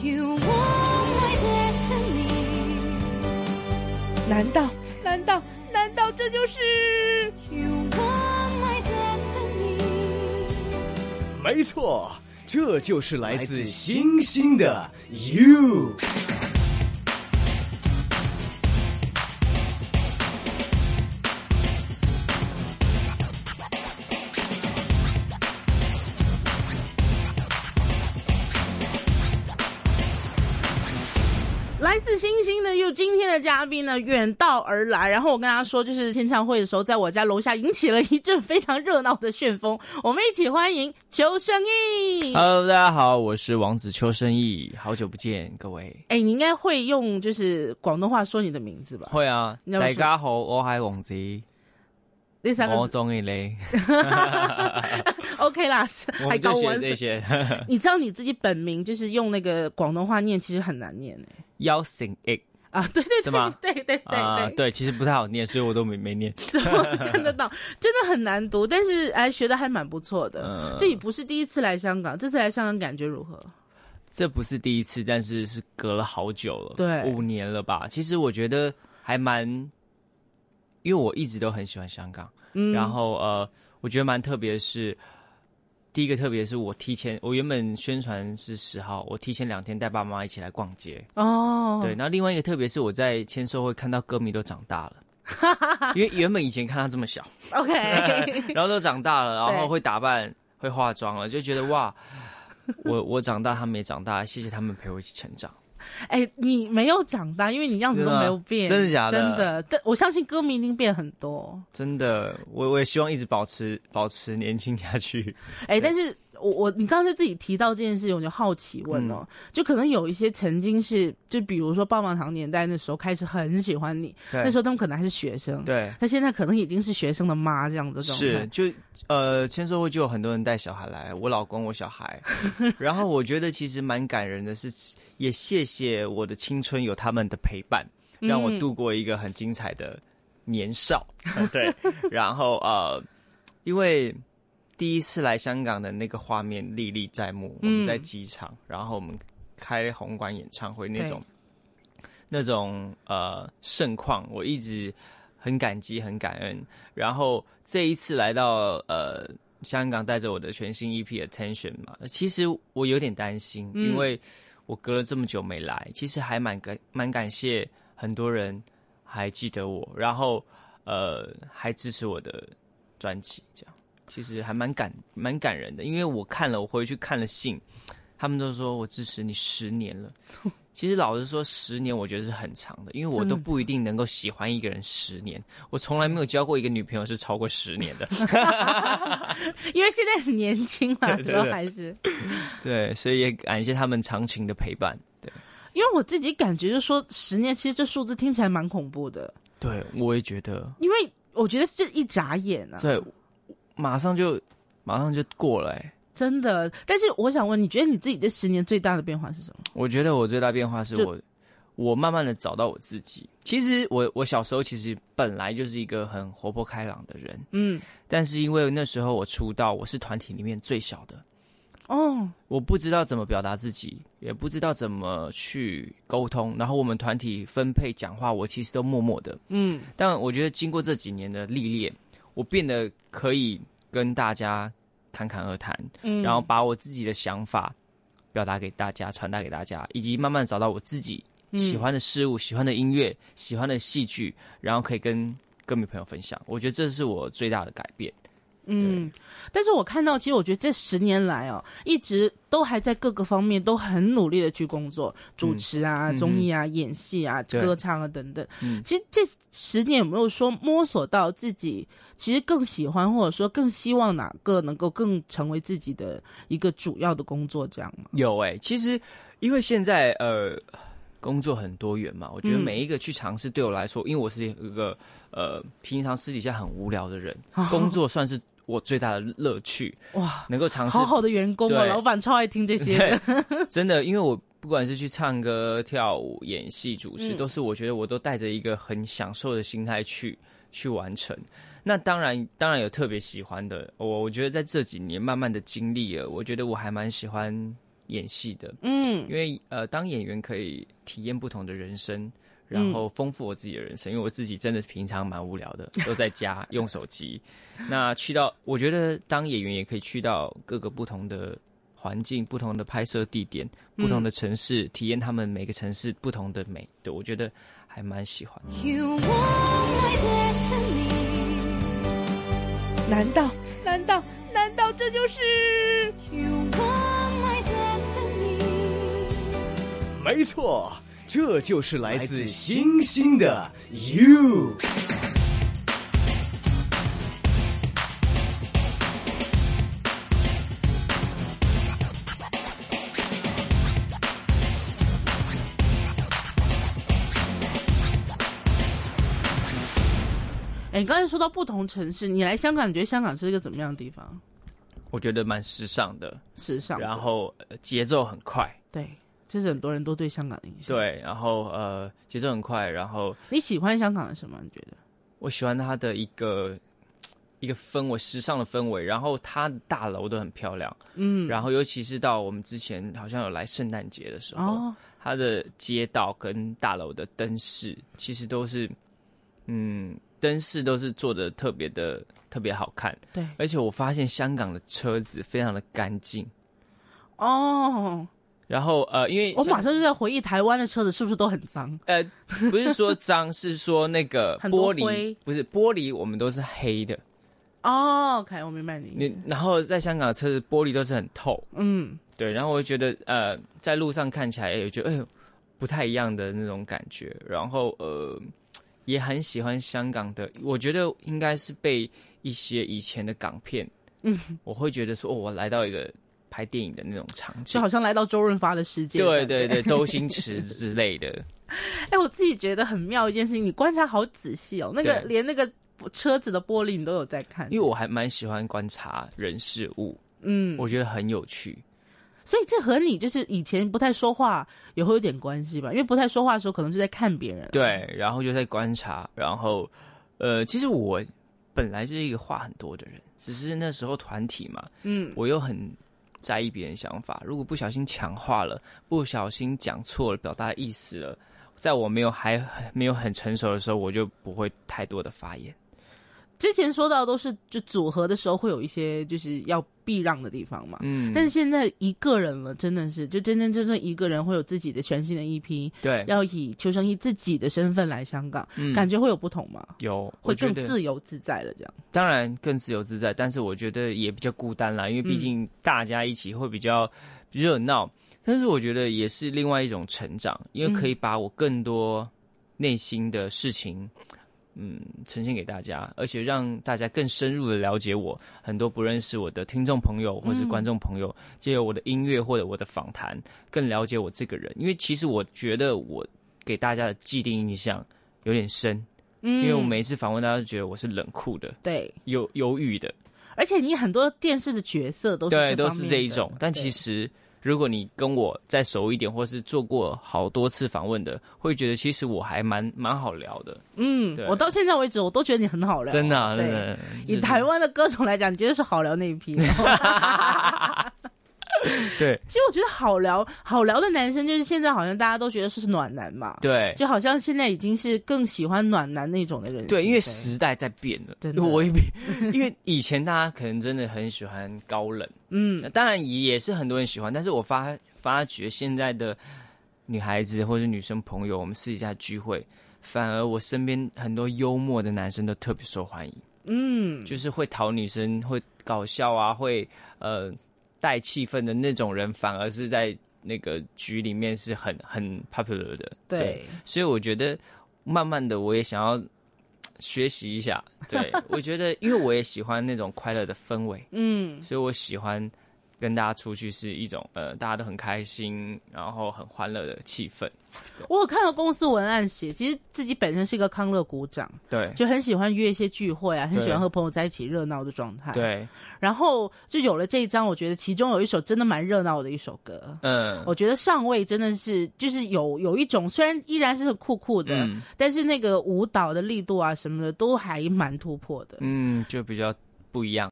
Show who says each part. Speaker 1: You are my destiny.
Speaker 2: 难道难道难道这就是
Speaker 1: You are my destiny.
Speaker 3: 没错，这就是来自星星的 You。
Speaker 4: 来自星星的又今天的嘉宾呢远道而来，然后我跟他说，就是签唱会的时候，在我家楼下引起了一阵非常热闹的旋风。我们一起欢迎求生意。
Speaker 5: Hello，大家好，我是王子邱生意，好久不见各位。
Speaker 4: 哎，你应该会用就是广东话说你的名字吧？
Speaker 5: 会啊，
Speaker 4: 你有没
Speaker 5: 大
Speaker 4: 有
Speaker 5: 家好，我系王子，
Speaker 4: 那三
Speaker 5: 我
Speaker 4: 个字
Speaker 5: 中意 你。
Speaker 4: OK 啦，是
Speaker 5: 我
Speaker 4: 还
Speaker 5: 们
Speaker 4: 高
Speaker 5: 就学这
Speaker 4: 温。
Speaker 5: 些。
Speaker 4: 你知道你自己本名就是用那个广东话念，其实很难念哎、
Speaker 5: 邀请 i
Speaker 4: 啊， 对对
Speaker 5: 是
Speaker 4: 对
Speaker 5: 吗
Speaker 4: 对对对对，
Speaker 5: 啊， 对，其实不太好念，所以我都没没念。
Speaker 4: 怎么看得到？真的很难读，但是哎，学的还蛮不错的。
Speaker 5: 嗯
Speaker 4: 这也不是第一次来香港，这次来香港感觉如何？
Speaker 5: 这不是第一次，但是是隔了好久了，
Speaker 4: 对
Speaker 5: 五年了吧？其实我觉得还蛮，因为我一直都很喜欢香港，
Speaker 4: 嗯
Speaker 5: 然后呃，我觉得蛮特别的是，第一个特别是我提前，我原本宣传是十号，我提前两天带爸妈一起来逛街，
Speaker 4: 哦，
Speaker 5: 对，，那另外一个特别是我在签售会看到歌迷都长大 了。因为原本以前看他这么小，
Speaker 4: OK，
Speaker 5: 然后都长大了，然
Speaker 4: 对
Speaker 5: 后会打扮、会化妆了，就觉 得哇，我我长大，他们也长大，谢谢他们陪我一起成长。
Speaker 4: 哎，你没有长大，因为你样子都没有变，
Speaker 5: 真的假的
Speaker 4: 真的，但我相信歌迷一定变很多。
Speaker 5: 真的，我我也希望一直保持保持年轻下去。
Speaker 4: 哎，但是我我你刚才自己提到这件事情，我就好奇问
Speaker 5: 嗯
Speaker 4: 哦，就可能有一些曾经是，就比如说棒棒糖年代那时候开始很喜欢你，
Speaker 5: 对
Speaker 4: 那时候他们可能还是学生，，
Speaker 5: 对，
Speaker 4: 他现在可能已经是学生的妈这样的状态，
Speaker 5: 是就呃签售会就有很多人带小孩来，我老公我小 孩，然后我觉得其实蛮感人的是，也谢谢我的青春有他们的陪伴，让我
Speaker 4: 嗯
Speaker 5: 度过一个很精彩的年 少。呃对，然后呃，因为第一次来香港的那个画面历历在目，我们在
Speaker 4: 嗯
Speaker 5: 机场，然后我们开红馆演唱会那种那种呃盛况，我一直很感激很感恩。然后这一次来到呃香港，带着我的全新 EP Attention 嘛，其实我有点担心，
Speaker 4: 嗯
Speaker 5: 因为我隔了这么久没来，其实还蛮感蛮感谢很多人还记得我，然后呃还支持我的专辑，这样其实还蛮感蛮感人的，因为我看了，我回去看了信，他们都说我支持你十年 了。其实老实说，十年我觉得是很长的，因为我
Speaker 4: 真的
Speaker 5: 都不一定能够喜欢一个人十年。我从来没有交过一个女朋友是超过十年 的，
Speaker 4: 因为现在很年轻嘛，
Speaker 5: 对对
Speaker 4: 都
Speaker 5: 对
Speaker 4: 还是。
Speaker 5: 对，所以也感谢他们长情的陪伴。对，
Speaker 4: 因为我自己感觉就是说十年，其实这数字听起来蛮恐怖的，
Speaker 5: 对我也觉得，
Speaker 4: 因为我觉得这一眨眼啊，
Speaker 5: 对，马上就马上就过了、欸。
Speaker 4: 真的。但是我想问，你觉得你自己这十年最大的变化是什么？
Speaker 5: 我觉得我最大变化是
Speaker 4: 就
Speaker 5: 我，我慢慢的找到我自己。其实我我小时候其实本来就是一个很活泼开朗的人，
Speaker 4: 嗯，
Speaker 5: 但是因为那时候我出道，我是团体里面最小的，
Speaker 4: 哦，
Speaker 5: 我不知道怎么表达自己，也不知道怎么去沟通。然后我们团体分配讲话，我其实都默默的。
Speaker 4: 嗯，
Speaker 5: 但我觉得经过这几年的历练，我变得可以跟大家侃侃而谈，
Speaker 4: 嗯
Speaker 5: 然后把我自己的想法表达给大家，传达给大家，以及慢慢找到我自己
Speaker 4: 嗯
Speaker 5: 喜欢的事物、喜欢的音乐、喜欢的戏剧，然后可以跟歌迷朋友分享。我觉得这是我最大的改变。
Speaker 4: 嗯，但是我看到，其实我觉得这十年来哦，一直都还在各个方面都很努力的去工作，主持啊、
Speaker 5: 嗯哼
Speaker 4: 综艺啊、演戏啊、
Speaker 5: 对
Speaker 4: 歌唱啊等等。
Speaker 5: 嗯
Speaker 4: 其实这十年有没有说摸索到自己其实更喜欢，或者说更希望哪个能够更成为自己的一个主要的工作，这样吗？
Speaker 5: 有哎、其实因为现在呃工作很多元嘛，我觉得
Speaker 4: 嗯
Speaker 5: 每一个去尝试对我来说，因为我是一个呃平常私底下很无聊的人，
Speaker 4: 哦
Speaker 5: 工作算是我最大的乐趣，
Speaker 4: 哇，
Speaker 5: 能够尝试
Speaker 4: 好好的员工哦，
Speaker 5: 对
Speaker 4: 老板超爱听这些的。
Speaker 5: 对，真的，因为我不管是去唱歌、跳舞、演戏、主持，
Speaker 4: 嗯
Speaker 5: 都是我觉得我都带着一个很享受的心态去去完成。那当然，当然有特别喜欢的，我我觉得在这几年慢慢的经历了，我觉得我还蛮喜欢演戏的，
Speaker 4: 嗯
Speaker 5: 因为呃，当演员可以体验不同的人生，然后丰富我自己的人生。因为我自己真的平常蛮无聊的，都在家用手机。那去到，我觉得当演员也可以去到各个不同的环境、不同的拍摄地点、不同的城市，体验他们每个城市不同的美。对，我觉得还蛮喜欢。
Speaker 1: You were my destiny.
Speaker 2: 难道难道难道这就是？
Speaker 1: You were my destiny.
Speaker 3: 没错，这就是来自星星的 you。
Speaker 4: 哎、你刚才说到不同城市，你来香港，你觉得香港是一个怎么样的地方？
Speaker 5: 我觉得蛮时尚的，
Speaker 4: 时尚的，
Speaker 5: 然后呃节奏很快，
Speaker 4: 对，这是很多人都对香港的印象。，
Speaker 5: 对，然后呃节奏很快，然后
Speaker 4: 你喜欢香港的什么？你觉得？
Speaker 5: 我喜欢它的一个一个氛围，时尚的氛围。然后它的大楼都很漂亮，
Speaker 4: 嗯，
Speaker 5: 然后尤其是到我们之前好像有来圣诞节的时候，
Speaker 4: 哦，
Speaker 5: 它的街道跟大楼的灯饰其实都是，嗯，灯饰都是做的特别的特别好看。
Speaker 4: 对，
Speaker 5: 而且我发现香港的车子非常的干净，
Speaker 4: 哦，
Speaker 5: 然后呃，因为
Speaker 4: 我马上就在回忆台湾的车子是不是都很脏？
Speaker 5: 呃，不是说脏， 是说那个
Speaker 4: 很
Speaker 5: 玻
Speaker 4: 多
Speaker 5: 璃
Speaker 4: 灰
Speaker 5: 不是玻璃，我们都是黑的。
Speaker 4: 哦，OK，我明白你的意
Speaker 5: 你
Speaker 4: 思。
Speaker 5: 然后在香港的车子玻璃都是很透，
Speaker 4: 嗯，
Speaker 5: 对，然后我就觉得呃，在路上看起来也觉得哎呦不太一样的那种感觉，然后呃也很喜欢香港的，我觉得应该是被一些以前的港片，嗯，我会觉得说、哦、我来到一个拍电影的那种场
Speaker 4: 就
Speaker 5: 景
Speaker 4: 好，像来到周润发的世界。
Speaker 5: 对 对。对，周星驰之类的，
Speaker 4: 哎、我自己觉得很妙一件事情，你观察好仔细哦，那个
Speaker 5: 对
Speaker 4: 连那个车子的玻璃你都有在看，
Speaker 5: 因为我还蛮喜欢观察人事物，
Speaker 4: 嗯，
Speaker 5: 我觉得很有趣。
Speaker 4: 所以这和你就是以前不太说话也会有点关系吧，因为不太说话的时候可能就在看别人。，
Speaker 5: 对，然后就在观察，然后呃，其实我本来就是一个话很多的人，只是那时候团体嘛，
Speaker 4: 嗯，
Speaker 5: 我又很在意别人想法，如果不小心强化了，不小心讲错了表达的意思了，在我没有还很没有很成熟的时候，我就不会太多的发言。
Speaker 4: 之前说到的都是就组合的时候会有一些就是要避让的地方嘛，
Speaker 5: 嗯，
Speaker 4: 但是现在一个人了，真的是就真真正正一个人会有自己的全新的一批，
Speaker 5: 对，
Speaker 4: 要以求生以自己的身份来香港，
Speaker 5: 嗯
Speaker 4: 感觉会有不同吗？
Speaker 5: 有
Speaker 4: 会
Speaker 5: 我觉
Speaker 4: 更
Speaker 5: 得
Speaker 4: 自由自在了，这样。
Speaker 5: 当然更自由自在，但是我觉得也比较孤单啦，因为毕竟大家一起会比较热闹。但是我觉得也是另外一种成长，因为可以把我更多内心的事情，嗯，呈现给大家，而且让大家更深入的了解我。很多不认识我的听众朋友或是观众朋友，借、由我的音乐或者我的访谈，更了解我这个人。因为其实我觉得我给大家的既定印象有点深，
Speaker 4: 嗯
Speaker 5: 因为我每一次访问大家都觉得我是冷酷的。
Speaker 4: 对，
Speaker 5: 忧忧郁的，
Speaker 4: 而且你很多电视的角色都是
Speaker 5: 对，都
Speaker 4: 方
Speaker 5: 是
Speaker 4: 面
Speaker 5: 这一
Speaker 4: 的
Speaker 5: 种。但
Speaker 4: 对
Speaker 5: 其实，如果你跟我再熟一点，或是做过好多次访问的，会觉得其实我还蛮蛮好聊的，
Speaker 4: 嗯
Speaker 5: 对，
Speaker 4: 我到现在为止我都觉得你很好聊，
Speaker 5: 真的、啊，
Speaker 4: 对
Speaker 5: 真的。
Speaker 4: 以台湾的歌手来讲，你绝对是好聊那一 批。
Speaker 5: 对
Speaker 4: 其实我觉得好聊好聊的男生，就是现在好像大家都觉得是暖男嘛，，
Speaker 5: 对
Speaker 4: 就好像现在已经是更喜欢暖男那种的人。
Speaker 5: 对，因为时代在变了，
Speaker 4: 真的
Speaker 5: 我 也变，因为以前大家可能真的很喜欢高冷，
Speaker 4: 嗯
Speaker 5: 那当然也也是很多人喜欢，但是我发发觉现在的女孩子或者女生朋友，我们私底下聚会，反而我身边很多幽默的男生都特别受欢迎。
Speaker 4: 嗯，
Speaker 5: 就是会讨女生、会搞笑啊、会呃带气氛的那种人，反而是在那个局里面是很很 popular 的。
Speaker 4: 对，
Speaker 5: 所以我觉得慢慢的我也想要学习一下。 对，我觉得因为我也喜欢那种快乐的氛围，
Speaker 4: 嗯，
Speaker 5: 所以我喜欢跟大家出去是一种呃大家都很开心，然后很欢乐的气氛。
Speaker 4: 我有看到公司文案写，其实自己本身是一个康乐鼓掌，
Speaker 5: 对。
Speaker 4: 就很喜欢约一些聚会啊，很
Speaker 5: 对
Speaker 4: 喜欢和朋友在一起热闹的状态。，
Speaker 5: 对，
Speaker 4: 然后就有了这一张，我觉得其中有一首真的蛮热闹的一首歌，
Speaker 5: 嗯，
Speaker 4: 我觉得上位真的是就是有有一种虽然依然是很酷酷的，
Speaker 5: 嗯
Speaker 4: 但是那个舞蹈的力度啊什么的都还蛮突破的。
Speaker 5: 嗯，就比较不一样。